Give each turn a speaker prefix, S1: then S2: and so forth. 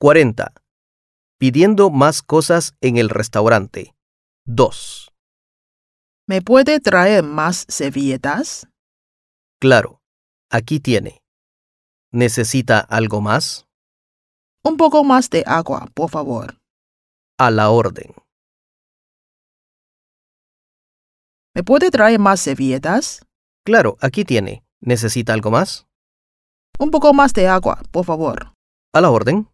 S1: 40. Pidiendo más cosas en el restaurante. 2.
S2: ¿Me puede traer más servilletas?
S1: Claro, aquí tiene. ¿Necesita algo más?
S2: Un poco más de agua, por favor.
S1: A la orden.
S2: ¿Me puede traer más servilletas?
S1: Claro, aquí tiene. ¿Necesita algo más?
S2: Un poco más de agua, por favor.
S1: A la orden.